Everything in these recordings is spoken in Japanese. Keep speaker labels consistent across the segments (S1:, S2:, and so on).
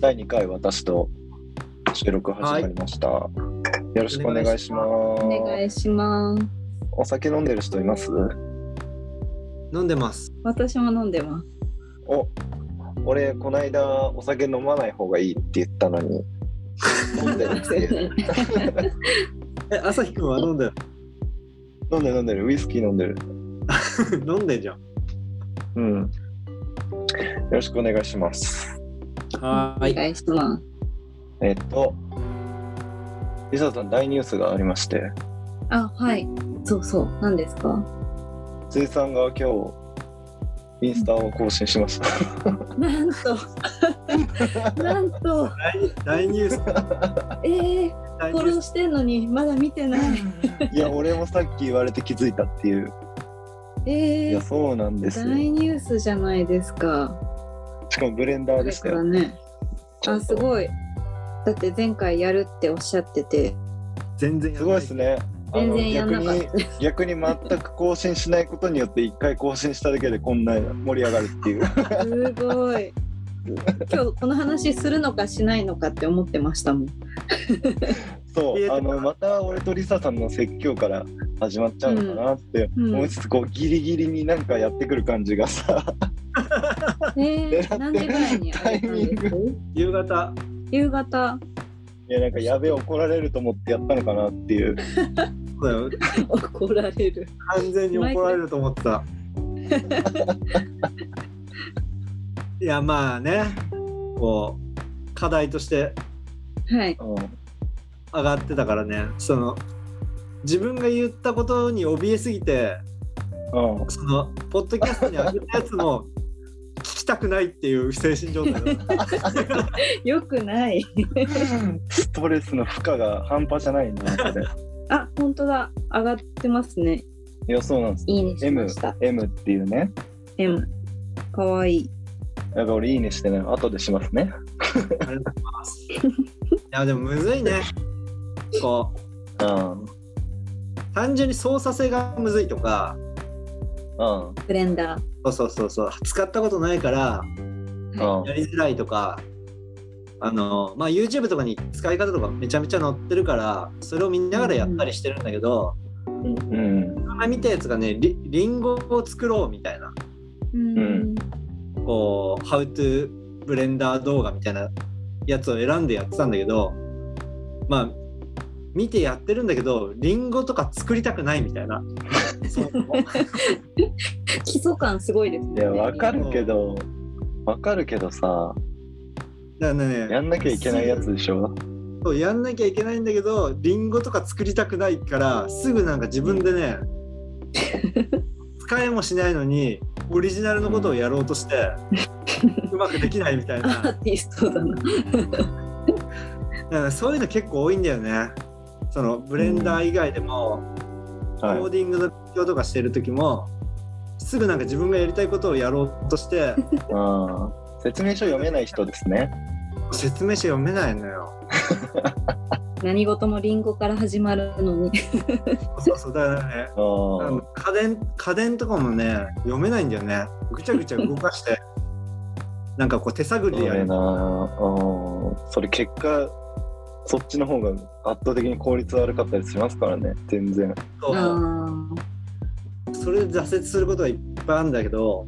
S1: 第2回私と収録始まりました。よろしくお願いします。
S2: お願いします。
S1: お酒飲んでる人います
S3: 飲んでます。
S2: 私も飲んでます。
S1: お俺、こないだお酒飲まない方がいいって言ったのに、飲んでるって いう。
S3: え、朝日くんは飲んでる
S1: 飲んでる飲んでる、ウイスキー飲んでる。
S3: 飲んでんじゃん。
S1: うん。よろしくお願いします。
S3: は
S2: お。願いします。
S1: えっと、リサさん、大ニュースがありまして、
S2: あ、はい。そうそう。何ですか
S1: 辻さんが今日、インスタを更新しま した。
S2: なんと、 なんと、
S3: 大ニュース。
S2: えー、
S3: 大
S2: フ
S3: ニュ
S2: ォロ
S3: ー
S2: ー
S3: ス。
S2: してんのにまだ見てない。
S1: いや、俺もさっき言われて気づいたっていう。い
S2: え
S1: や、
S2: ー、
S1: そうなんですよ。
S2: 大ニュースじゃないですか。
S1: しかもブレンダーでした
S2: から
S1: よ。
S2: ね。
S1: ちょ
S2: あ、
S1: っと
S2: すごい。だって前回やるっておっしゃってて、
S3: 全然や
S1: す
S3: ん
S1: ご
S3: ない
S1: です。ね。あ
S2: 全
S1: の
S2: 然やんなか った。
S1: 逆に逆に全く更新しないことによって一回更新しただけでこんな盛り上がるって いう
S2: す ごい。今日この話するのかしないのかって思ってましたもん。
S1: そうあのまた俺とリサさんの説教から始まっちゃうのかなって
S2: うんうん
S1: 思いつつこうギリギリになんかやってくる感じがさ
S2: え
S1: 狙って
S2: ー、何時ぐらいにあげたんです
S1: タイ
S3: 夕方。
S2: 夕方
S1: いやなんかやべえ怒られると思ってやったのかなっていう
S3: そうだよ。
S2: 怒られる。
S3: 完全に怒られると思って た。いや、まあね。こう。課題として
S2: はい。
S1: うん
S3: 上がってたからね。その。自分が言ったことに怯えすぎて。
S1: うん
S3: そのポッドキャストに上げたやつも。聞きたくないっていう精神状態だ った。
S2: よくない。
S1: ストレスの負荷が半端じゃないなこれ
S2: あ、本当だ。上がってますね。
S1: いやそうなんです
S2: いいねし
S1: M
S2: ました。
S1: M っていうね
S2: M。かわいい。
S1: やっぱ俺いいねしてない後でしますね
S3: ありがとうございます。いやでもむずいね。こう
S1: うん
S3: 単純に操作性がむずいとか、
S1: うん
S2: ブレンダー。
S3: そうそうそうそう使ったことないから
S1: うん
S3: やりづらいとか、あのまあ YouTube とかに使い方とかめちゃめちゃ載ってるから、それを見ながらやったりしてるんだけど、
S1: うん
S3: 自分が見たやつがねリリンゴを作ろうみたいな
S2: うん
S1: うん
S3: こう How to ブレンダー動画みたいなやつを選んでやってたんだけど、まあ見てやってるんだけどリンゴとか作りたくないみたい な。そう
S2: 基礎感すごいです
S1: い
S2: ね。
S1: や、わかるけど、わかるけどさ、
S3: だからね
S1: やんなきゃいけないやつでしょ
S3: そうやんなきゃいけないんだけどリンゴとか作りたくないからすぐなんか自分でね使えもしないのにオリジナルのことをやろうとして、うまくできないみたい
S2: ア
S3: な
S2: ーティストだな。
S3: なんかそういうの結構多いんだよねそのブレンダー以外でも、コー
S1: は
S3: ディングの勉強とかしてる時もすぐなんか自分がやりたいことをやろうとして
S1: い。うん。説明書読めない人ですね。
S3: 説明書読めないのよ
S2: 何事もリンゴから始まるのに。
S3: そうそうだからね
S1: う
S3: あ
S1: ん
S3: の。家電家電とかもね読めないんだよねぐちゃぐちゃ動かして なんかこう手探り
S1: そ
S3: でや
S1: れ
S3: る
S1: な、うん。それ結果、そっちの方が圧倒的に効率悪かったりしますからね、全然。
S3: と
S2: あ
S3: それで挫折することがいっぱいあるんだけど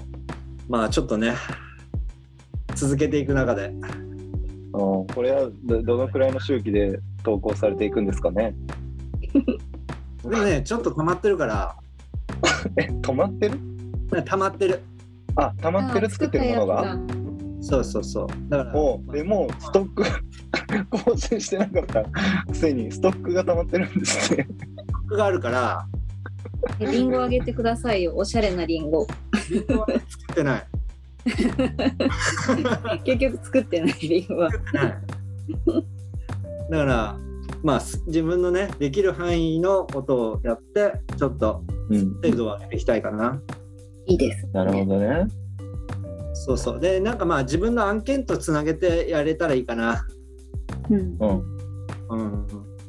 S3: まあちょっとね続けていく中で
S1: うん。これはどどのくらいの周期で投稿されていくんですかね。
S3: でもねちょっと溜まってるから
S1: え、止まってる
S3: 溜まってる
S1: あ、溜
S2: あ
S1: まってる作ってるものが。
S3: そうそうそうだから
S1: おうでもうストック 更新してなかったくせにストックが溜まってるんですね。
S3: 僕があるから
S2: えリンゴあげてくださいよ。おしゃれなリンゴ。
S3: 僕はね作ってない
S2: 結局作ってないリンゴは。
S3: だからまあす自分のねできる範囲のことをやってちょっと
S1: うん、
S3: 程度を上げていきたいかな、
S2: いいです。
S1: なるほどね。
S3: そうそうでなんかまあ自分の案件とつなげてやれたらいいかな、
S2: うん。
S1: うん。
S3: うん、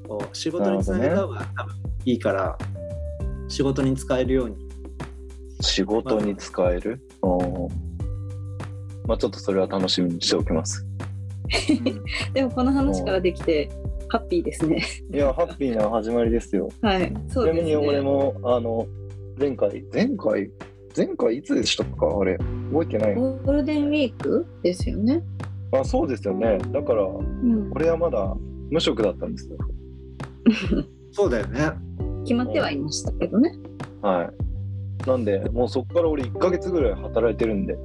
S3: こう仕事につなげた方が多分いいから、仕事に使えるよう に
S1: 仕事に使える。おーまあちょっとそれは楽しみにしておきます。
S2: でもこの話からできてハッピーですね。
S1: いや、ハッピーな始まりですよ。
S2: はい、そ
S1: ちな
S2: うです
S1: みに俺
S2: ね。
S1: も、あの、前回、前回、前回いつでしたかあれ、覚えてない
S2: ゴールデンウィークですよね。
S1: あ、そうですよね。だから、
S2: うん、
S1: 俺はまだ無職だったんですよ。
S3: そうだよね。
S2: 決まってはいましたけどね。
S1: はい。なんで、もうそこから俺1ヶ月ぐらい働いてるんで、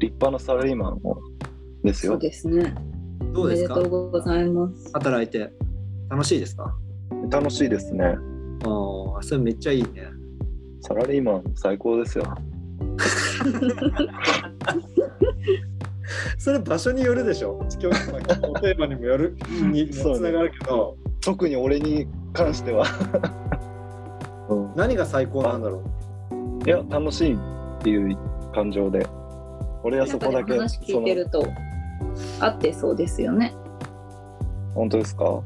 S1: 立派なサラリーマンをです
S2: そう
S1: よ。
S2: ですね。
S3: ど
S2: お
S3: う
S2: め
S3: で
S2: です
S3: か
S2: とうございます。
S3: 働いて。楽しいですか
S1: 楽しいですね。
S3: ああ、それめっちゃいいね。
S1: サラリーマン最高ですよ。
S3: それ場所によるでしょ。今日のテーマにもよる、につ
S1: そうね
S3: ながるけど、
S1: 特に俺に関して は、うん
S3: 何が最高なんだろう。
S1: いや楽しいっていう感情で俺は
S2: な
S1: そ
S2: んか
S1: こ
S2: ね
S1: だけ
S2: 話聞いて
S1: そ
S2: ると合ってそうですよね。
S1: の本当ですか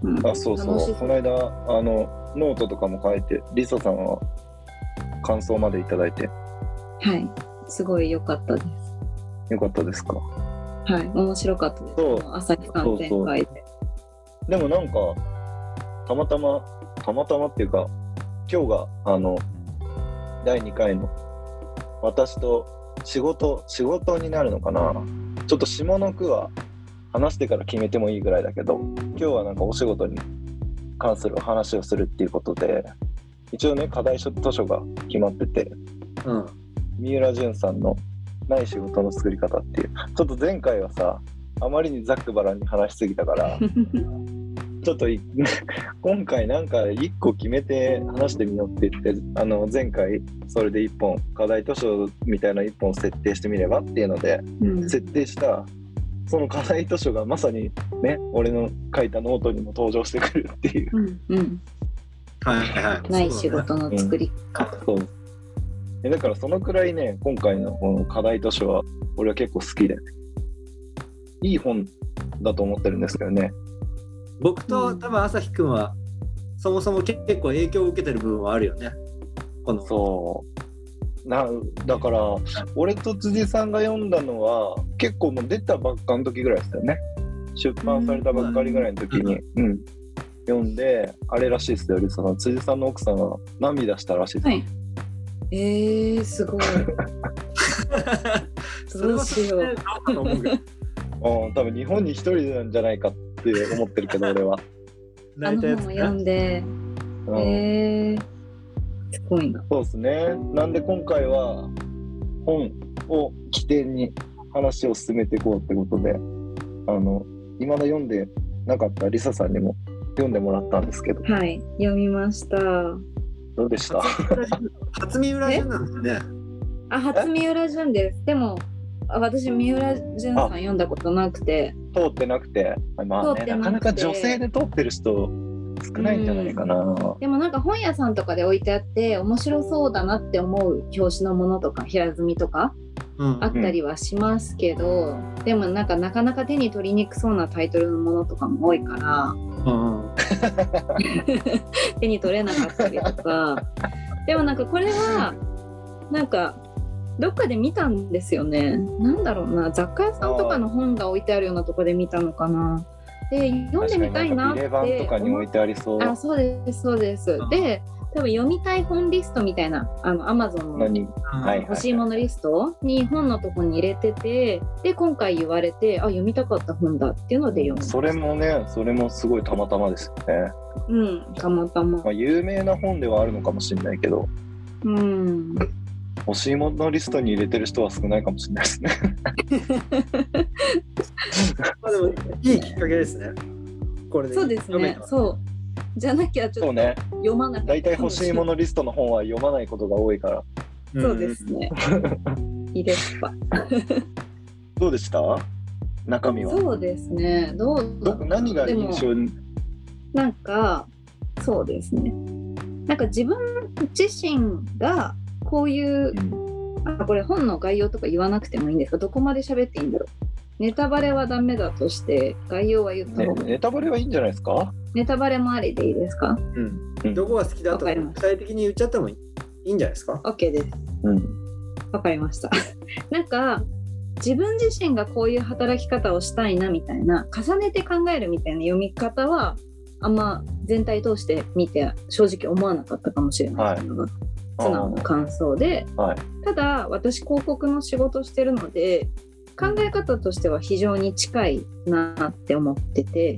S2: うん、
S1: あそうそ
S2: 楽し
S1: うこの間あのノートとかも書いてリサさんは感想までいただいて
S2: はい、すごい良かったです。
S1: よかったですか
S2: はい、面白かったです。
S1: そう
S2: 朝日さん展開で。
S1: でもなんかたまたまたまたまっていうか今日があの第2回の私と仕事仕事になるのかなちょっと下の句は話してから決めてもいいぐらいだけど今日はなんかお仕事に関するお話をするっていうことで一応ね課題書図書が決まってて
S3: うん。
S1: 三浦淳さんの「ない仕事の作り方」っていうちょっと前回はさあまりにざっくばらんに話しすぎたから。ちょっとい 今回なんか1個決めて話してみようって言ってあの前回それで1本課題図書みたいな1本設定してみればっていうので
S2: うん
S1: 設定したその課題図書がまさにね俺の書いたノートにも登場してくるっていう
S2: うんうん、
S3: はいはいはい。
S2: ない仕事の作り方、
S1: そうえだからそのくらいね今回のこの課題図書は俺は結構好きでいい本だと思ってるんですけどね
S3: 僕と多分朝日くんはそもそも結構影響を受けてる部分はあるよね。この
S1: そうなだから俺と辻さんが読んだのは結構もう出たばっかの時ぐらいですよね出版されたばっかりぐらいの時に、うん読んであれらしいですよリサさん辻さんの奥さんは涙したらしいです、
S2: はいえー、すごい
S3: それはそれでどうかと思うけど
S1: うん、多分日本に一人なんじゃないかって思ってるけど俺 は、
S2: あ
S3: 泣い
S2: の
S3: たやつ
S2: 本を
S3: ね
S2: 読んで、
S1: うん
S2: えー、すごいな
S1: そうですねなんで今回は本を起点に話を進めていこうってことであの未だ読んでなかったリサさんにも読んでもらったんですけど
S2: はい読みました
S1: どうでした
S3: 初見浦潤なんですね。
S2: あ初三浦淳ですでもあ私三浦淳さん読んだことなくて
S1: 通ってなくて、まあ
S2: 通っ
S1: ね、
S2: てな
S1: な
S2: くて
S1: かなか女性で通ってる人少ないんじゃないかな。
S2: でもなんか本屋さんとかで置いてあって面白そうだなって思う表紙のものとか平積みとか
S3: うん
S2: あったりはしますけど、でもなんかなかなか手に取りにくそうなタイトルのものとかも多いから
S3: うんうん
S2: 手に取れなかったりと かでもなんかこれはなんかどっかで見たんですよねなんだろうな雑貨屋さんとかの本が置いてあるようなとこで見たのかなで読んでみたい
S1: 確かにんかビ
S2: なって
S1: レバンとかに置いてありそう。
S2: あそうですそうです
S3: うん
S2: で多分読みたい本リストみたいなあのアマゾンの
S1: 何はい
S2: 欲しいものリストに本のとこに入れててで今回言われてあ読みたかった本だっていうので読む
S1: それもね、それもすごいたまたまですよね。
S2: うんたまたま
S1: まあ、有名な本ではあるのかもしれないけど、
S2: うん
S1: 欲しいものリストに入れてる人は少ないかもしれないですね。
S3: まあでもいいきっかけですね。これで
S2: そうですね
S3: う。
S2: そうじゃなきゃちょ
S1: そ
S2: っ
S1: うね、
S2: と読まなかった
S1: 大体欲しいも
S2: の
S1: のリストの本は読まないことが多いから。
S2: そうです。ね入れっぱ
S1: どうでした中身は。
S2: そうですねどうだ
S1: ど何が印象に
S2: なんかそうですねなんか自分自身がこういう
S1: うん
S2: あこれ本の概要とか言わなくてもいいんですかどこまで喋っていいんだろうネタバレはダメだとして概要は言った
S1: ね
S2: 方が、
S1: ネタバレはいいんじゃないですか
S2: ネタバレもありでいいですか
S3: うん
S1: うん
S3: どこが好きだと
S2: わ
S3: か
S2: かりま
S3: 具
S2: し
S3: 体的に言っちゃってもいいんじゃないですか。
S2: ?OK です
S1: うん。
S2: わかりました なんか自分自身がこういう働き方をしたいなみたいな重ねて考えるみたいな読み方はあんま全体通して見て正直思わなかったかもしれないっていうのが素直な感想で、
S1: はい
S2: ただ私広告の仕事してるので考え方としては非常に近いなって思ってて。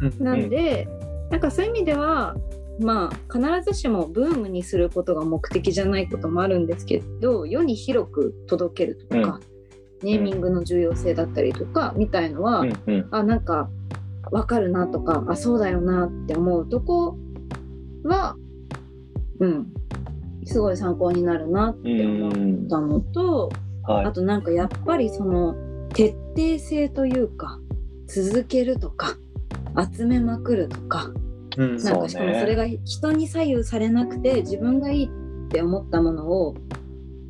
S3: うん
S2: なんで、なんかそういう意味では、まあ、必ずしもブームにすることが目的じゃないこともあるんですけど世に広く届けるとか、ネーミングの重要性だったりとかみたいのは、
S1: うんうん
S2: あなんか分かるなとかあそうだよなって思うとこはうんすごい参考になるなって思っ
S1: うん
S2: たのと、
S1: はい
S2: あとなんかやっぱりその徹底性というか続けるとか集めまくるとか
S3: うん
S2: なん
S1: そうね
S2: かしかもそれが人に左右されなくて自分がいいって思ったものを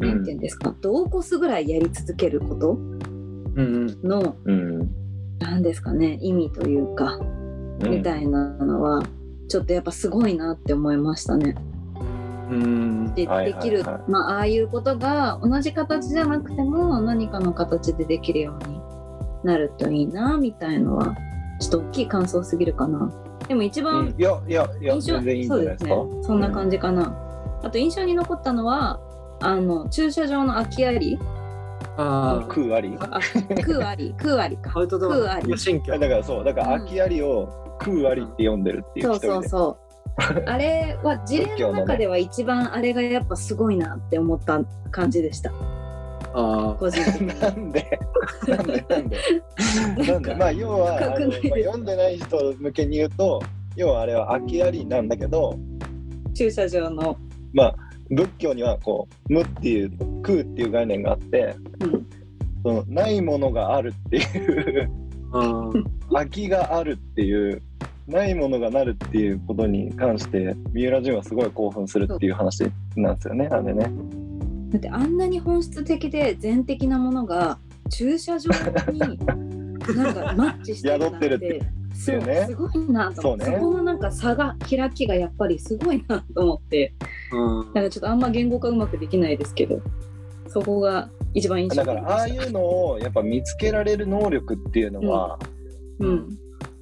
S1: うん
S2: 何て言うんですか、度を越すぐらいやり続けること
S3: うんうん
S2: の
S1: うん
S2: 何ですかね意味というか、
S1: うん
S2: みたいなのはちょっとやっぱすごいなって思いましたね。
S3: うん
S2: で
S1: はいはい
S2: できる、
S1: は
S2: まあああいうことが同じ形じゃなくても何かの形でできるようになるといいなみたいのはちょっと大きい感想すぎるかなでも一
S1: う
S2: 番
S1: んいやいやいや
S2: 印象、
S1: 全然いいんじ
S2: そ
S1: ゃな
S2: う
S1: いで
S2: ですす
S1: か
S2: ねそんな感じかな、あと印象に残ったのはあの駐車場の空きあり
S3: ああ
S1: 空あり
S2: あ空 あり空ありか
S3: アウトド
S2: 空
S3: ア
S2: あり
S3: 新居
S1: だからそうだから空きありを空ありって読んでるっていう
S2: そう
S1: 一人で
S2: そうそうあれは事例の中では一番あれがやっぱすごいなって思った感じでした
S3: あ
S2: 個人的 に
S1: なんでなんでなんでな
S2: なんん
S1: で
S2: か
S1: まあ要はあ
S2: 深く
S1: の、まあ
S2: ないですか
S1: 読んでない人向けに言うと要はあれは空きありなんだけど
S2: 駐車場の、
S1: まあ仏教にはこう無っていう空っていう概念があって
S2: うん、
S1: そのないものがあるっていう
S3: あああ
S1: 空きがあるっていうないものがなるっていうことに関して三浦淳はすごい興奮するっていう話なんですよねあれね。
S2: だってあんなに本質的で全的なものが駐車場になんかマッチしてるなん
S1: 宿ってるって
S2: そう
S1: っていうね
S2: すごいなと思って
S1: そう
S2: そ,、
S1: ね
S2: このなんか差が開きがやっぱりすごいなと思って
S3: うん
S2: なんかちょっとあんま言語化うまくできないですけどそこが一番印象
S1: だからああいうのをやっぱ見つけられる能力っていうのは、
S2: うん、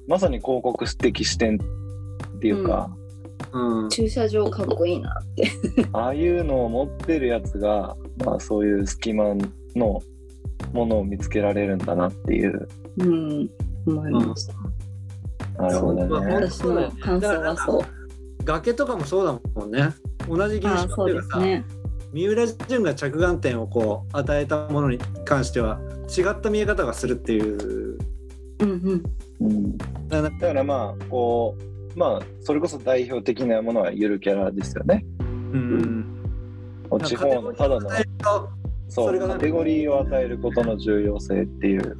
S1: まさに広告的視点っていうか、
S3: うん
S2: 駐車場かっこいいなって
S1: ああいうのを持ってるやつが、まあ、そういう隙間のものを見つけられるんだなっていう
S2: うん思いました、
S1: なるほど
S3: そうまあ
S1: ね。
S2: 私の感想はそう
S3: 崖とかもそうだもんね同じ原
S2: ああ
S3: 始
S2: ー
S3: 化っ
S2: そ
S3: て
S2: う
S3: い
S2: で
S3: う
S2: す
S3: かさ
S2: ね
S3: 三浦淳が着眼点をこう与えたものに関しては違った見え方がするっていう
S2: うんうん
S1: うん
S3: だから
S1: だからまあこうまあそれこそ代表的なものはゆるキャラですよね。
S3: うん
S1: 地方のただのそ
S3: それ
S1: う
S3: がなん
S1: カ
S3: か
S1: テゴリーを与えることの重要性っていう。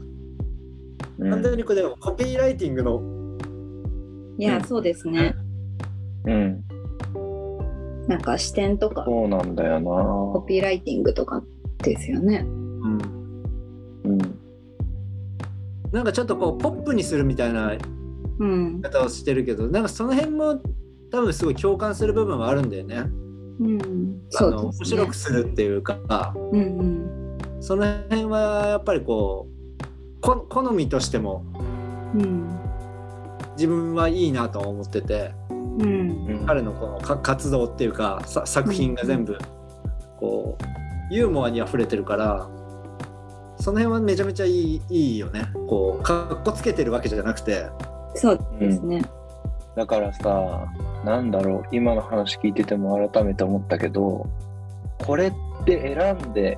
S1: う
S3: 完全
S1: ん
S3: にこれコピーライティングの
S2: いうや
S1: ん
S2: そうですね
S1: うん、
S2: なんか視点とか
S1: そうなんだよな。
S2: コピーライティングとかですよね。
S1: うん
S3: なんかちょっとこうポップにするみたいな言
S2: うん
S3: い。方をしてるけどなんかその辺も多分すごい共感する部分はあるんだよね。
S2: うん。
S3: あ
S2: そう
S3: の
S2: で
S3: 面
S2: す
S3: 白
S2: ね
S3: く。するっていうか
S2: うんうん
S3: その辺はやっぱりこうこ好みとしても
S2: うん
S3: 自分はいいなと思ってて
S2: うん
S1: うん
S3: 彼のこのか活動っていうかさ作品が全部こうユーモアに溢れてるからその辺はめちゃめちゃいいいいよねこうかっこつけてるわけじゃなくて
S2: そうですね。
S1: だからさなんだろう今の話聞いてても改めて思ったけどこれって選んで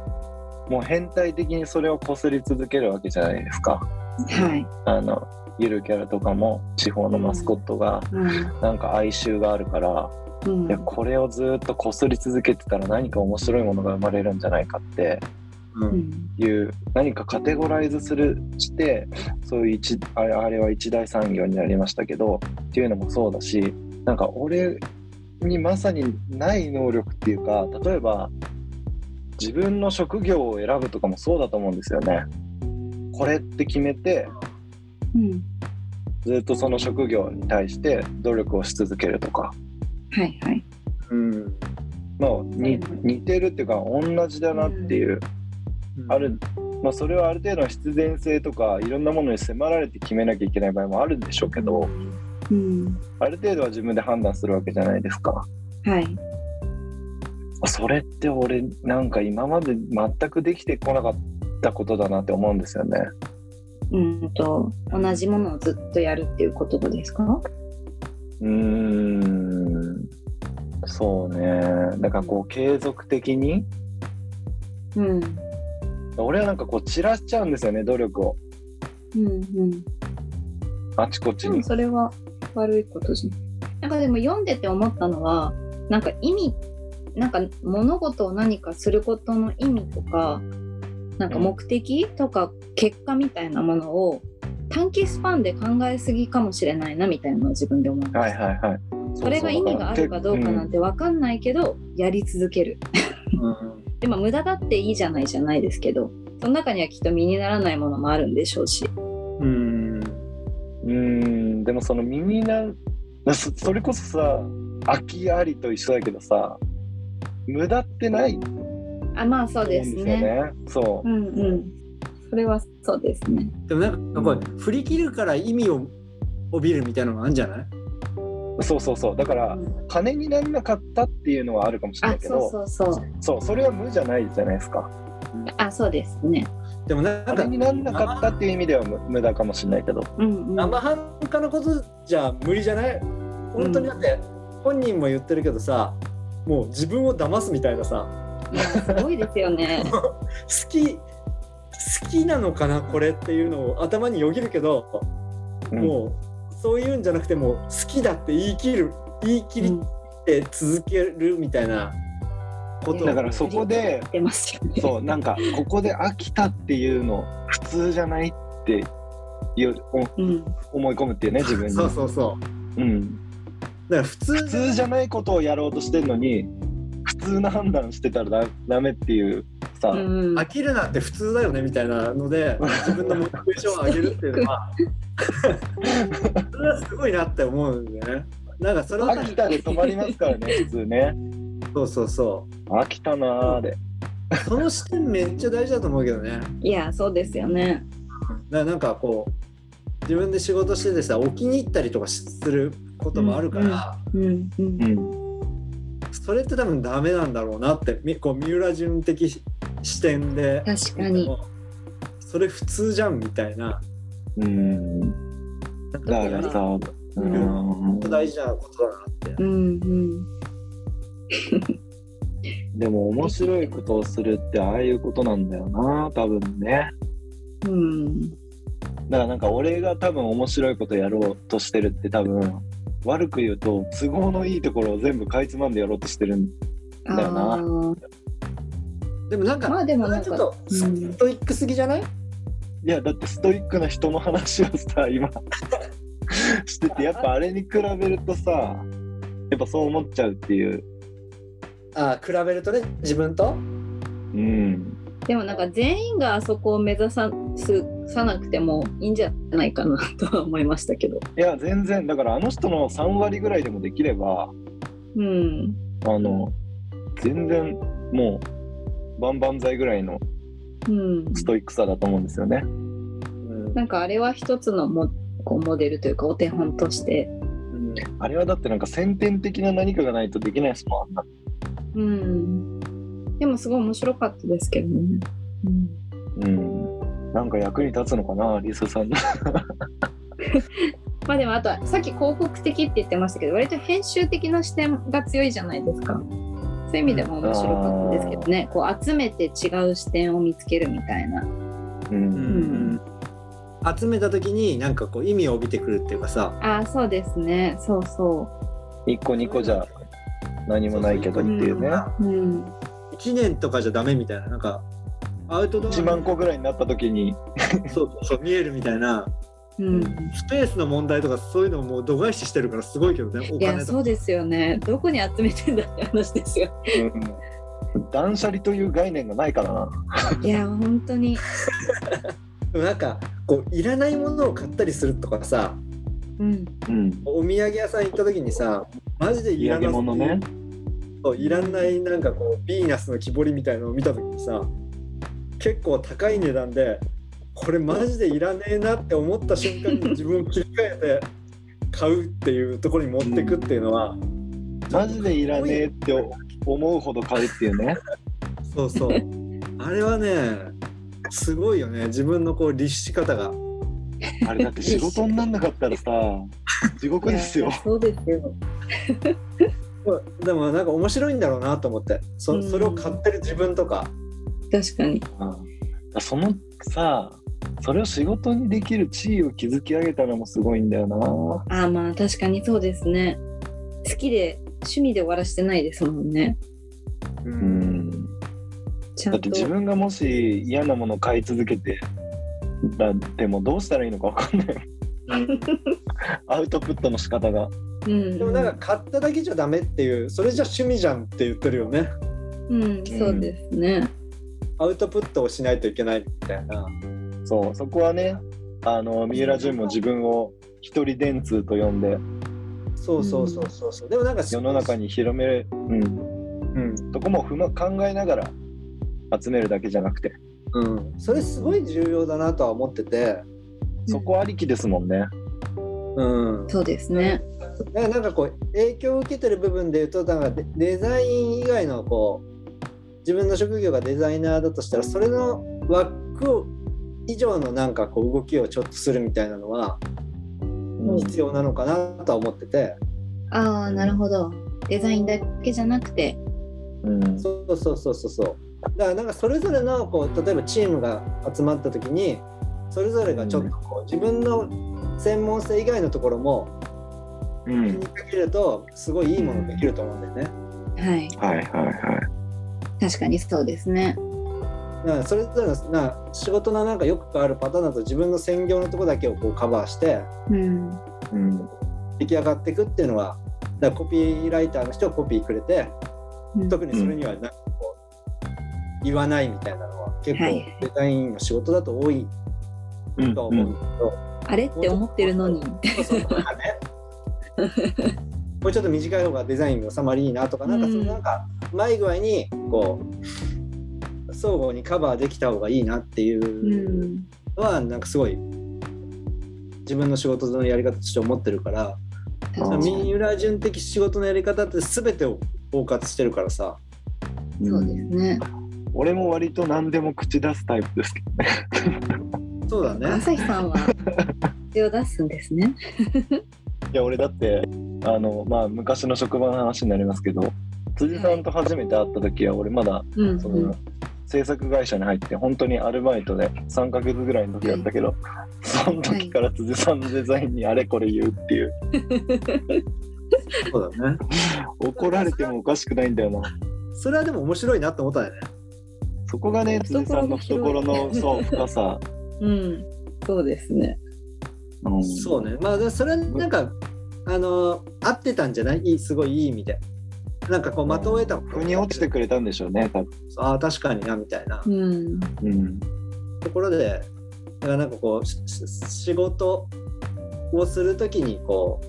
S1: もう変態的にそれをこすり続けるわけじゃないですか
S2: はい。
S1: あのゆるキャラとかも地方のマスコットが
S2: うん
S1: なんか哀愁があるから、
S2: うん
S1: いやこれをずっとこすり続けてたら何か面白いものが生まれるんじゃないかって
S3: う
S2: うんん
S1: いう何かカテゴライズするしてそういう一あれあれは一大産業になりましたけどっていうのもそうだしなんか俺にまさにない能力っていうか例えば自分の職業を選ぶとかもそうだと思うんですよね。これって決めて
S2: うん
S1: ずっとその職業に対して努力をし続けるとか、
S2: はいはい。
S3: うん
S1: まあ、に似てるっていうか同じだなっていうあるまあ、それはある程度の必然性とかいろんなものに迫られて決めなきゃいけない場合もあるんでしょうけど
S2: うん、
S1: ある程度は自分で判断するわけじゃないですか。
S2: はい
S1: あそれって俺なんか今まで全くできてこなかったことだなって思うんですよね。
S2: うんと同じものをずっとやるっていうことですか
S1: うーんそうねだからこう継続的に
S2: うん
S1: 俺はなんかこう散らしちゃうんですよね努力を
S2: うんうん
S1: あちこち
S2: で
S1: に
S2: も。それは悪いことじゃないなんかでも読んでて思ったのはなんか意味なんか物事を何かすることの意味とかなんか目的とか結果みたいなものを短期スパンで考えすぎかもしれないなみたいなのを自分で思いました。
S1: はいはいはい。
S2: それが意味があるかどうかなんて分かんないけど、やり続ける
S3: うん
S2: でも無駄だっていいじゃないじゃないですけどその中にはきっと身にならないものもあるんでしょうし
S3: うん
S1: うーんでもその耳なそそれこそさ空きありと一緒だけどさ無駄ってないと思
S2: あまあそう
S1: うん
S2: で
S1: ですすよ
S2: ね
S1: ね。そううん
S2: うんそれはそうですね
S3: でもなんかこれ振り切るから意味を帯びるみたいなのもあるんじゃない
S1: そうそうそうだから金にならなかったっていうのはあるかもしれな
S2: あ
S1: いけ
S2: そう
S1: ど
S2: そうそう
S1: そうそれは無じゃないじゃないですか。
S2: あそうですね
S3: でもなんか
S1: 金にならなかったっていう意味では無無駄かもしれないけど。
S2: うんうん
S3: 生半可なことじゃ無理じゃない本当にだって本人も言ってるけどさもう自分を騙すみたいなさ
S2: いやすごいですよ ね
S3: 好き好きなのかなこれっていうのを頭によぎるけど、
S1: うん
S3: もうそういうんじゃなくてもう好きだって言い切る言い切
S2: う
S3: り
S2: ん
S3: って続けるみたいなことを
S1: だからそこで
S2: 出ますよね
S1: そうなんかここで飽きたっていうの普通じゃないっていうお
S2: うん
S1: 思い込むっていうね自分に
S3: そうそうそう
S1: うん、
S3: だから普通
S1: 普通じゃないことをやろうとしてるのに普通な判断してたらダダメっていうさ、
S2: うん
S3: 飽きるなんて普通だよねみたいなので自分のモチベーションを上げるっていうのは それはすごいなって思うんだよねなんかそれは
S1: 飽きたで止まりますからね普通ね
S3: そうそうそ
S1: 飽きたなーで
S3: うその視点めっちゃ大事だと思うけどねだか
S2: いやそうですよね
S3: らなんかこう自分で仕事しててさ置きに行ったりとかすることもあるから、
S2: うんうん
S1: うん
S3: それって多分ダメなんだろうなってみこう三浦淳的視点で
S2: 確かに
S3: それ普通じゃんみたいな
S1: うん
S3: なんか
S1: だからさう
S2: うん
S1: ん
S3: 大事なことだなって
S2: うんうん
S1: でも面白いことをするってああいうことなんだよな多分ね
S2: うん
S1: だからなんか俺が多分面白いことやろうとしてるって多分悪く言うと都合のいいところを全部かいつまんでやろうとしてるんだよな
S2: あー
S3: でもなんか、
S2: まあでもなんか
S3: それはちょっと
S2: うん
S3: ストイックすぎじゃない、
S1: いやだってストイックな人の話をさ今 しててやっぱあれに比べるとさやっぱそう思っちゃうっていう
S3: あ比べるとね自分と
S1: うん
S2: でもなんか全員があそこを目指さすさなくてもいいんじゃないかなとは思いましたけど。
S1: いや全然だからあの人の3割ぐらいでもできれば
S2: うん。
S1: あの全然もう万々歳ぐらいの
S2: うん。
S1: ストイックさだと思うんですよね
S3: うん
S2: なんかあれは一つのモこうモデルというかお手本として。
S1: あれはだってなんか先天的な何かがないとできないですもんあんな
S2: うん。でもすごい面白かったですけどね。うん、
S1: うん、なんか役に立つのかな、リサさんの。
S2: まあでもあとはさっき広告的って言ってましたけど割と編集的な視点が強いじゃないですか。そういう意味でも面白かったですけどね、こう集めて違う視点を見つけるみたいな。
S1: う、
S3: うんん集めた時になんかこう意味を帯びてくるっていうかさ
S2: ああ、そうですね。そうそ
S1: 一個二個じゃ何もないけどっていうね。
S2: う。うん。
S3: 1年とかじゃダメみたいななんかアウトドア
S1: 一万個ぐらいになった時に、
S3: そうそうそう見えるみたいな
S2: うん。
S3: スペースの問題とかそういうのをもう度外視してるからすごいけどねお
S2: いや
S3: 金と
S2: そうですよねどこに集めてんだって話ですよ
S1: うん断捨離という概念がないからな。
S2: いや本当に
S3: でもなんかこういらないものを買ったりするとかさ
S2: うん
S1: うん。
S3: お土産屋さん行った時にさマジでい
S1: 土
S3: らな
S1: 産
S3: い
S1: 物ね。
S3: そういらないなんかこうヴィーナスの木彫りみたいのを見た時にさ結構高い値段でこれマジでいらねえなって思った瞬間に自分を切り替えて買うっていうところに持ってくっていうのは、
S1: マジでいらねえって思うほど買うっていうね。
S3: そうそうあれはねすごいよね自分のこう律し方が
S1: あれだって仕事になんなかったらさ、地獄です
S2: い
S1: よ
S2: や。そうですよ。
S3: でもなんか面白いんだろうなと思ってそそれを買ってる自分とか
S2: 確かに。
S1: うんそのさ、それを仕事にできる地位を築き上げたのもすごいんだよな。
S2: ああまあ確かにそうですね。好きで趣味で終わらしてないですもんね。
S3: う
S1: うんん。
S2: ちゃ
S1: だっ
S2: ん
S1: て
S2: と。
S1: 自分がもし嫌なものを買い続けてだってもうどうしたらいいのかわかんない。アウトプットの仕方が。
S2: うん、
S3: でもなんか買っただけじゃダメっていうそれじゃ趣味じゃんって言ってるよね
S2: うん、そうですね。
S3: アウトプットをしないといけないみたいな
S1: そう、そこはね、あの三浦淳も自分を一人電通と呼んで
S3: そうそうそうそうそうでもなんか
S1: 世の中
S3: に、
S1: に広める、うん、
S3: うん
S1: とこも踏ま考えながら集めるだけじゃなくて
S3: うん、それすごい重要だなとは思ってて
S1: そこありきですもんね。
S3: うん
S2: そうですね。
S3: だからなんかこう影響を受けてる部分で言うとなんかデデザイン以外のこう自分の職業がデザイナーだとしたらそれの枠を以上のなんかこう動きをちょっとするみたいなのは
S1: うん
S3: 必要なのかなとは思ってて、
S2: ああ、なるほど。デザインだけじゃなくて。
S1: うん
S3: そうそうそうそうそうだからなんかそれぞれのこう例えばチームが集まった時にそれぞれがちょっとこう自分の専門性以外のところも
S1: う
S3: 気に
S1: ん、
S3: かけるとすごいいいものできると思うんだよね。
S2: はい。
S1: はいはいは
S2: 確かにそうですね。
S3: なんかそれぞれのなんか仕事のなんかよく変わるパターンだと自分の専業のとこだけをこうカバーして
S2: うん。
S1: い。うん
S3: 出来上がっていくっていうのはだからコピーライターの人がコピーくれて
S2: うん
S3: 特にそれにはなんかこう言わないみたいなのは結構
S2: はい
S3: デザインの仕事だと多い
S1: うん
S3: とは思うんだけど、
S2: あれって思ってるのに。
S3: そうそうなんかねもうちょっと短い方がデザインの収まりいいなとかなんかその
S2: うん
S3: なんかうまい具合にこう相互にカバーできた方がいいなっていうう。
S2: ん。
S3: はなんかすごい自分の仕事のやり方として思ってるから
S2: 確
S1: あ
S2: か
S1: ー
S2: に
S3: 三浦純的仕事のやり方って全てを包括してるからさ
S1: うん
S2: そうですね。
S1: 俺も割と何でも口出すタイプですけどね。
S3: そうだね
S2: 朝日さんは。手を出すんですね。
S1: いや俺だってあの、まあ、昔の職場の話になりますけど辻さんと初めて会った時は俺まだ
S2: うん。
S1: その制作会社に入って本当にアルバイトで3ヶ月ぐらいの時だったけど、その時から辻さんのデザインにあれこれ言うっていう
S3: そうだね
S1: 怒られてもおかしくないんだよな
S3: それはでも面白いなって思ったよね
S1: そこがね辻さんの懐のそう深さ、
S2: うん。そうですね。
S1: うん
S3: そうねまあでそれはなんかあの合ってたんじゃないいいすごいいい意味でなんかこう的を得た
S1: 腑に落ちてくれたんでしょうね多分、
S3: ああ確かになみたいな
S2: うん。
S1: うん、
S3: ところでだからなんかこうしし仕事をするときにこ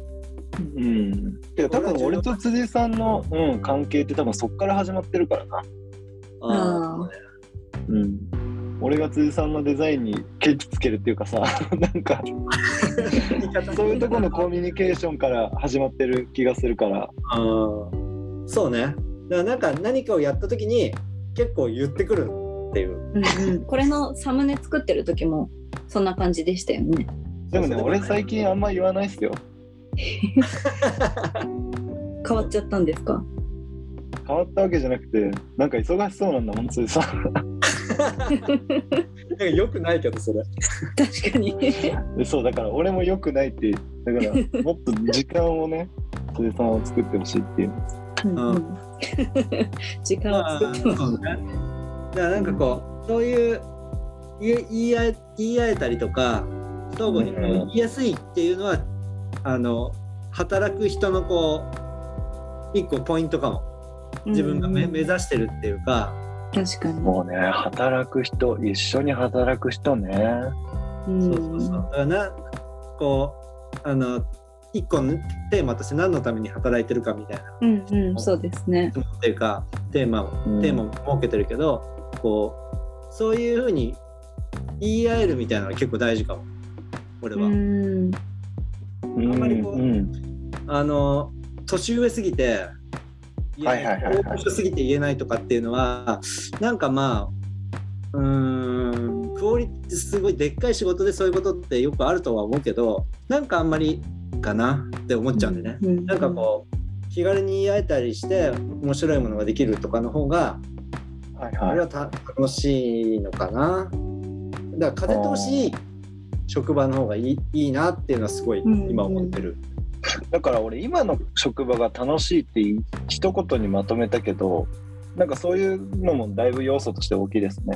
S3: う
S1: うん。てか多分俺と辻さんの、うん、関係って多分そっから始まってるからな。
S2: あー
S3: そうね
S1: うん。俺が辻さんのデザインにケチつけるっていうかさ、 なんかそういうところのコミュニケーションから始まってる気がするから。
S3: あーそうねだからなんか何かをやった時に結構言ってくるっていう
S2: うんうん。 これのサムネ作ってる時も。そんな感じでしたよね。
S1: でもね、
S3: そうそう
S1: 俺最近あんま言わないっすよ。
S2: 変わっちゃったんですか。
S1: 変わったわけじゃなくて、なんか忙しそうなんだもん、辻さん。
S3: なんかよくないけどそれ
S2: 確かに。
S1: でそう、だから俺も良くないって、だ からもっと時間をね、辻さんを作ってほしいっていう。
S2: うんうん、時間を作ってます。
S3: そうねだからなんかこうそういう言い言い合え言い合えたりとか相互にこう
S1: うん
S3: 言いやすいっていうのはあの働く人のこう一個ポイントかも自分がめ目指してるっていうか
S2: 確かに。
S1: もうね、働く人、一緒に働く人ね。
S2: うん
S3: そうそうそう。だからな、こう、あの、一個のテーマとして何のために働いてるかみたいな、
S2: うんうん、そうですね。
S3: っていうか、テーマを、
S1: うん
S3: テーマを設けてるけど、こう、そういうふうに言い合えるみたいなのが結構大事かも俺は、
S2: うん
S1: うん
S3: あんまりこう
S1: うん
S3: あの年上すぎて言え
S1: はいはいはいはい
S3: 大御所すぎて言えないとかっていうのはなんかまあうーんクオリティすごいでっかい仕事でそういうことってよくあるとは思うけどなんかあんまりかなって思っちゃうんでね、
S2: う
S3: なんかこう気軽に言い合えたりして面白いものができるとかの方が
S1: はい
S3: 俺
S1: はい
S3: はた楽しいのかなだから風通しいい職場の方がいいいいなっていうのはすごい今思ってる、
S1: だから俺今の職場が楽しいってい一言にまとめたけどなんかそういうのもだいぶ要素として大きいですね。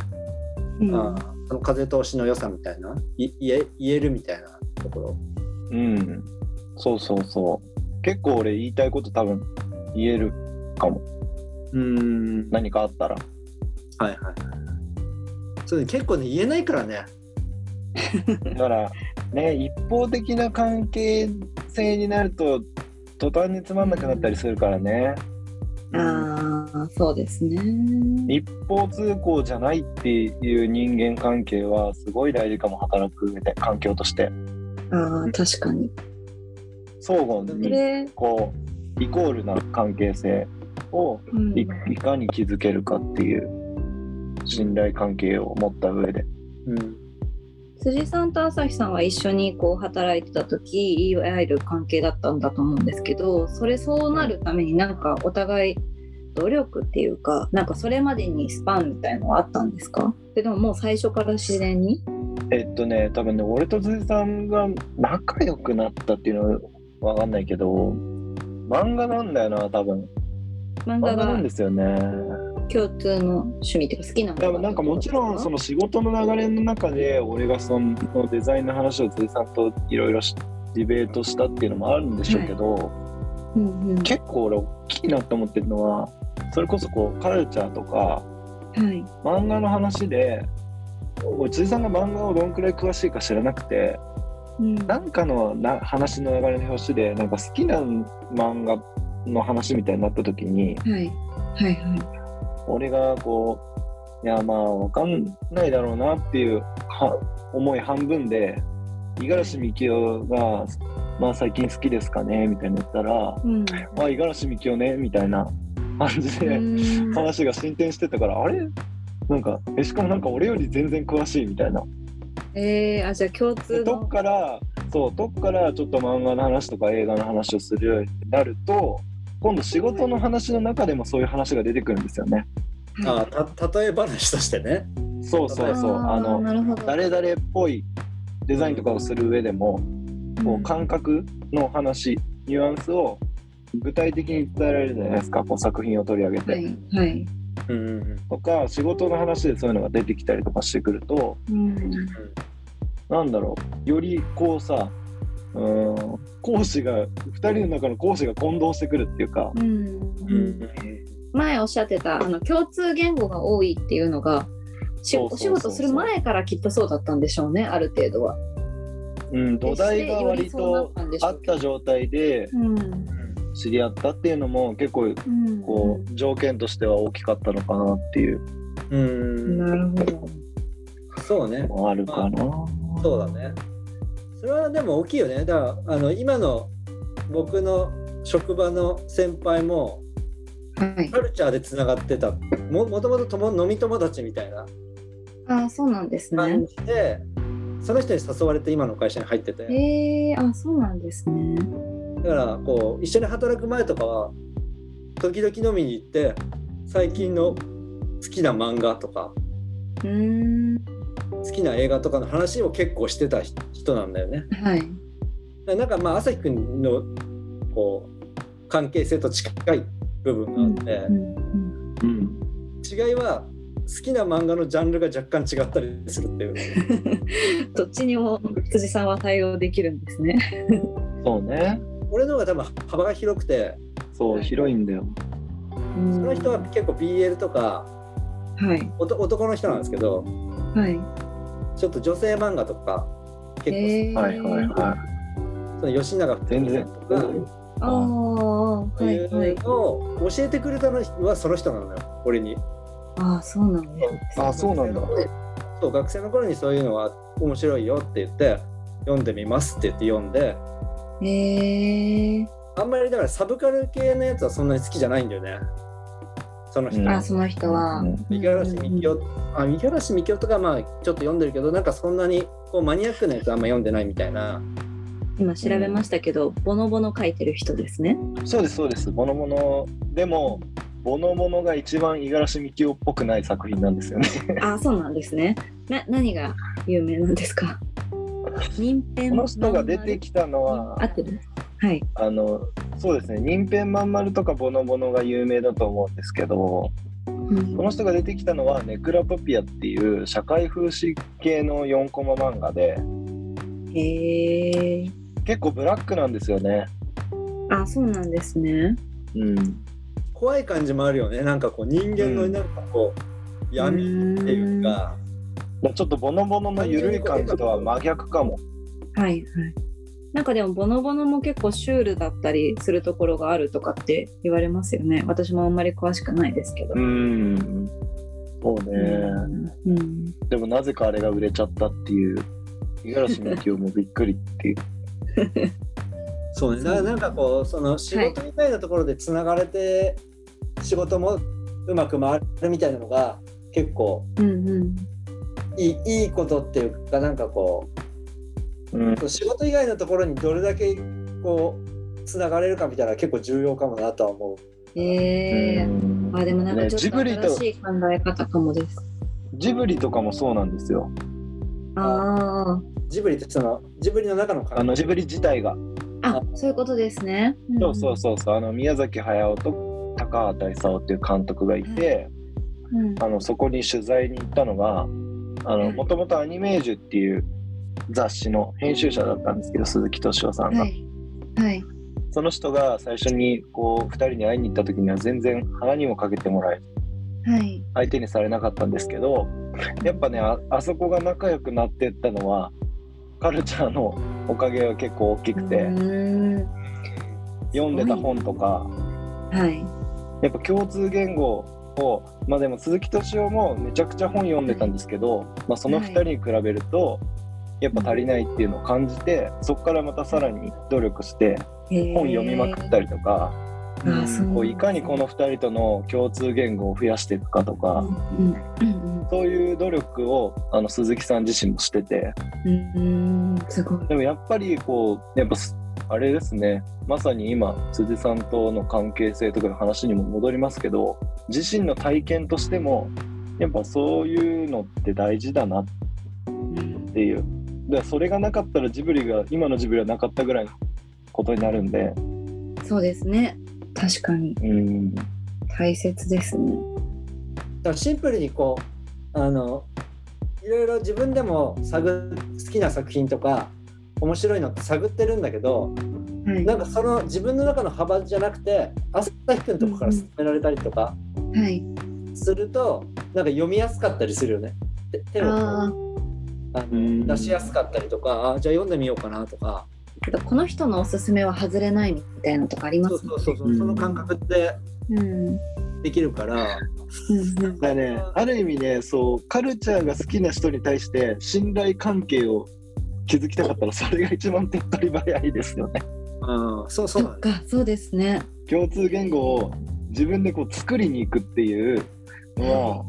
S2: う
S3: あ
S2: ん
S3: あーその風通しの良さみたいない言え言えるみたいなところ
S1: うん。そうそうそう。結構俺言いたいこと多分言える。
S3: うんはい
S1: 何かあったら。
S3: はいはいそうね結構ね言えないからね
S1: だからね、一方的な関係性になると途端につまんなくなったりするからね。
S2: ああそうですね。
S1: 一方通行じゃないっていう人間関係はすごい大事かも働く上で環境として
S2: ああ確かに。
S1: 相互
S2: そ
S1: に
S2: れ、
S1: こうイコールな関係性を
S2: うん、
S1: いいかに築けるかっていう信頼関係を持った上で
S3: うん
S2: 辻さんと朝日さんは一緒にこう働いてた時言い合える関係だったんだと思うんですけどそれそうなるためになんかお互い努力っていうかなんかそれまでにスパンみたいのはあったんですかででももう最初から自然に
S1: えっとね多分ね俺と辻さんが仲良くなったっていうのは分かんないけど漫画なんだよな多分
S2: 漫画
S1: 漫画なん
S2: が
S1: ですよね
S2: 共通の趣味っていうか好きなもの
S1: でもなんかもちろんそ
S2: の
S1: の仕事の流れの中で俺がそのデザインの話を辻さんといろいろディベートしたっていうのもあるんでしょうけど、
S2: うんうんは
S1: 結構俺大きいなと思ってるのはそれこそこうカルチャーとか
S2: い
S1: 漫画の話で俺辻さんが漫画をどんくらい詳しいか知らなくて
S2: うん
S1: なんかのな話の流れの表紙でなんか好きな漫画の話みたいになった時に
S2: はいはいは
S1: 俺がこういやまあわかんないだろうなっていうは思い半分で五十嵐美樹が「まあ最近好きですかね」みたいに言ったら
S2: いうん
S1: 「まあ五十嵐美樹ね」みたいな感じで。
S2: うん
S1: 話が進展してたから、あれなんかえしかもなんか俺より全然詳しいみたいな
S2: えー、あじゃあ共
S1: で
S2: 通
S1: どっ
S2: の
S1: からそうどっからちょっと漫画の話とか映画の話をするようになると今度仕事の話の中でもそういう話が出てくるんですよね
S3: あーた例え話としてね
S1: そうそうそうあ
S2: ー
S1: の
S2: なるほど
S1: 誰々っぽいデザインとかをする上でもこ
S2: うん
S1: う感覚の話ニュアンスを具体的に伝えられるじゃないですかこう作品を取り上げて、
S2: はいはい、
S3: うんうん
S1: とか仕事の話でそういうのが出てきたりとかしてくると
S2: うん
S1: なんだろうよりこうさうーん講師が2人の中の講師が混同してくるっていうか、
S3: うんうん
S2: 前おっしゃってたあの共通言語が多いっていうのがし
S1: そうそ
S2: お
S1: うそう
S2: 仕
S1: そう
S2: 事する前からきっとそうだったんでしょうねある程度は。
S1: うん、土台が割と
S2: あ
S1: あった状態で
S2: うん
S1: 知り合ったっていうのも結構
S2: うん、
S1: こう条件としては大きかったのかなっていう
S3: うんうん
S2: なるほど。
S3: そうね
S1: のもあるかな。
S3: そうだね。それはでも大きいよね。だからあの今の僕の職場の先輩も
S2: はい、
S3: カルチャーでつながってたももともと友飲み友達みたいな
S2: ああそうなんですね
S3: 感。じで、その人に誘われて今の会社に入ってて、
S2: えー、あそうなんですね。
S3: だからこう一緒に働く前とかは時々飲みに行って最近の好きな漫画とか
S2: うーん
S3: 好きな映画とかの話を結構してた人なんだよね。
S2: はい。
S3: だからなんかまあ朝日くんのこう関係性と近い部分があって、
S2: うんうん
S1: うん
S3: 違いは好きな漫画のジャンルが若干違ったりするっていう
S2: うん、どっちにも辻さんは対応できるんですね。
S1: そうね
S3: 俺の方が多分幅が広くて
S1: そう、
S2: はい
S1: 広いんだよ。
S2: そ
S3: その人は結構 BL とか
S2: はい
S3: おと男の人なんですけど
S2: はい。
S3: ちょっと女性漫画とか結構、
S2: えー、
S1: はいはいはい。
S3: その吉永福
S1: 全
S3: さ
S1: 然
S3: んとか
S2: ああは
S3: そうい。
S2: いはいう
S3: のを教えてくれたのはその人なのよ俺に。
S2: ああそうなんだ、
S1: あそうなんだ
S3: そう学生の頃にそういうのは面白いよって言って読んでみますって言って読んで
S2: へえ
S3: あんまりだからサブカル系のやつはそんなに好きじゃないんだよねその人、
S1: うん
S2: あその人は、
S1: うん
S3: 三木原みきおあ三木原みきおとかまあちょっと読んでるけどなんかそんなにこうマニアックなやつあんま読んでないみたいな
S2: 今調べましたけど、ボノボノ書いてる人ですね
S1: そうですそうですボノボノでもボノボノが一番五十嵐美樹っぽくない作品なんです よね
S2: ああそうなんですねな何が有名なんですか人
S1: こ
S2: 編
S1: の人が出てきたのは
S2: 合ってるはい
S1: あのそうですね「人編まんまる」とか「ボノボノ」が有名だと思うんですけど
S2: うん
S1: この人が出てきたのは「ネクラトピア」っていう社会風刺系の4コマ漫画で
S2: へえ
S1: 結構ブラックなんですよね。
S2: あそうなんですね
S1: うん、
S3: 怖い感じもあるよねなんかこう人間のなんかこう闇っていうか、
S1: ちょっとボノボノの緩い感じとは真逆かも。
S2: はいはいなんかでもボノボノも結構シュールだったりするところがあるとかって言われますよね私もあんまり詳しくないですけど
S1: うんそうね、
S2: うん、
S1: でもなぜかあれが売れちゃったっていう五十嵐美樹もびっくりっていう
S3: そうねだからなんかこうその仕事みたいなところでつながれて、仕事もうまく回るみたいなのが結構
S2: うんうん
S3: いいいいことっていうかなんかこう
S1: うん
S3: そう仕事以外のところにどれだけこうつながれるかみたいなのは結構重要かもなとは思う。
S2: えー
S1: うん
S2: あでもなんか
S1: ね
S2: ちょっ
S1: ジ
S2: と
S1: ブリ
S2: 新
S1: と
S2: しい考え方かもです。
S1: ジブリとかもそうなんですよ
S2: あ
S3: ジブリってそのジブリの中の
S1: あのジブリ自体が、
S2: ああそういうことですね。
S1: そうそうそうそうあの宮崎駿と高畑勲っていう監督がいて、
S2: うん。うん、
S1: あのそこに取材に行ったのが
S2: はい
S1: もともとアニメージュっていう雑誌の編集者だったんですけど鈴木敏夫さんが、
S2: はいはい。
S1: その人が最初にこう2人に会いに行った時には全然鼻にもかけてもらえず
S2: はい。
S1: 相手にされなかったんですけどやっぱねああそこが仲良くなってったのはカルチャーのおかげが結構大きくて
S2: うーん
S1: 読んでた本とか
S2: はい。
S1: やっぱ共通言語をまあでも鈴木敏夫もめちゃくちゃ本読んでたんですけど、まあ、その2人に比べるとやっぱ足りないっていうのを感じてそこからまたさらに努力して本読みまくったりとか。
S2: えーあそう
S1: こういかにこの2人との共通言語を増やしていくかとか、
S2: うんうん
S1: そういう努力をあの鈴木さん自身もしてて
S2: うんうんうんすごい。
S1: でもやっぱりこうやっぱすあれですねまさに今辻さんとの関係性とかの話にも戻りますけど自身の体験としてもやっぱそういうのって大事だなっ
S2: うん
S1: ていうだからそれがなかったらジブリが今のジブリはなかったぐらいのことになるんで
S2: そうですね。確かに
S1: うん
S2: 大切ですね。
S3: だからシンプルにこうあのいろいろ自分でも探好きな作品とか面白いのって探ってるんだけど
S2: はい。
S3: なんかその自分の中の幅じゃなくて朝日くんとかから勧められたりとか
S2: はい。
S3: するとなんか読みやすかったりするよね。て手をこう
S2: あ
S3: あ
S1: う
S3: の
S1: ん
S3: 出しやすかったりとかあじゃあ読んでみようかなとか。
S2: あ。この人のおすすめは外れないみたいなとかありま
S3: そう
S2: す。
S3: そうそうそう、
S1: うん
S3: その感覚で
S2: うん。うん
S3: できるから、
S2: うん。
S1: だからねある意味ねそうカルチャーが好きな人に対して信頼関係を築きたかったらそれが一番手っ取り早いですよね。
S3: うん、そうそ
S2: そう
S3: な
S2: っ
S3: ん
S2: かそうですね。
S1: 共通言語を自分でこう作りに行くっていうの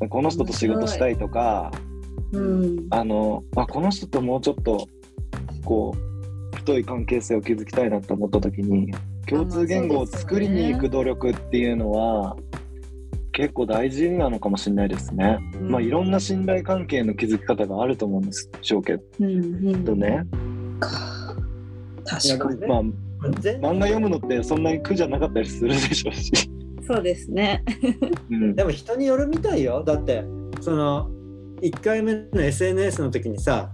S1: は、この人と仕事したいとか
S2: うん。
S1: あのあこの人ともうちょっとこう太い関係性を築きたいなと思った時に共通言語を作りに行く努力っていうのは結構大事なのかもしれないですね。まあ、いろんな信頼関係の築き方があると思うんですしょうけ
S2: うんうん。
S1: どね、
S2: か
S3: いや
S2: 確かに。
S1: まあ、
S3: 全
S1: 漫画読むのってそんなに苦じゃなかったりするでしょうし、
S2: そうですね。
S1: うん、
S3: でも人によるみたいよだってその1回目の SNS の時にさ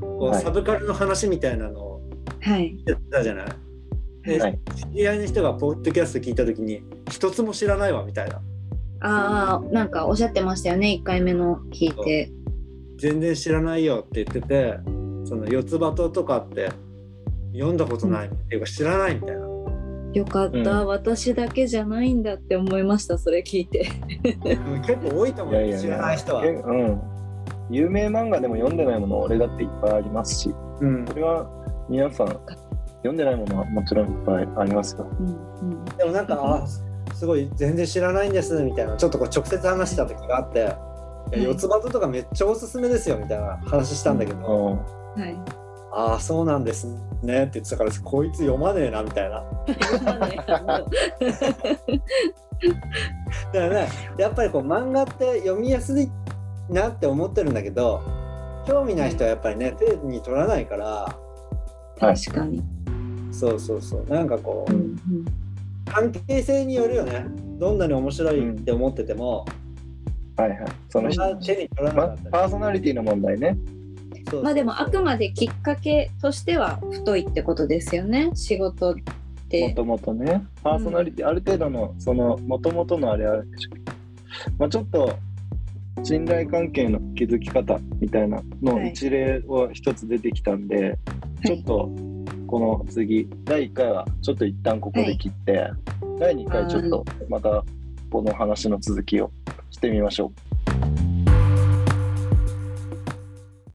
S3: こう
S1: はい
S3: サブカルの話みたいなのを
S2: はい。
S3: やってたじゃない、で
S1: はい
S3: 知り合いの人がポッドキャスト聞いた時に一つも知らないわみたいな
S2: ああ、なんかおっしゃってましたよね、1回目の聞いて。
S3: 全然知らないよって言っててその四つ葉ととかって読んだことないっていうか知らないみたいな
S2: よかった、
S1: うん
S2: 私だけじゃないんだって思いましたそれ聞いて
S3: うん結構多いと思うよ知らない人は。
S1: えうん。有名漫画でも読んでないもの、俺だっていっぱいありますし、
S3: うん
S1: それは皆さん、読んでないものはもちろんいっぱいありますよ。
S2: う ん、うん、
S3: でもなんか、あすごい全然知らないんですみたいなちょっとこう直接話した時があって「いや
S2: うん
S3: 四つ葉ととかめっちゃおすすめですよ」みたいな話したんだけど「
S1: うん。
S2: はい
S3: ああそうなんですね」って言ってたからこいつ読まねえなみたいな。だからねやっぱりこう漫画って読みやすいなって思ってるんだけど興味ない人はやっぱりね手に取らないから
S2: 確かに、
S3: そうそうそうなんかこ
S2: う
S3: うん関係性によるよねどんなに面白いって思ってても、
S1: はいはい。その人、
S3: そんな手に取らな
S1: ま
S3: かったり
S1: パーソナリティの問題ね。
S3: そ
S2: うん、
S3: う
S2: まあでも
S3: そう
S2: あ
S3: そう
S2: くまできっかけとしては太いってことですよね仕事っ
S1: も
S2: て
S1: ともとね。パーソナリティ、ある程度の、その、もともとのあれあるでしょうけど。まあちょっと、信頼関係の築き方みたいなの
S2: はい
S1: 一例は一つ出てきたんで、
S2: は
S1: ちょっ
S2: い
S1: とこの次第1回はちょっと一旦ここで切って、第2回ちょっとまたこの話の続きをしてみましょう。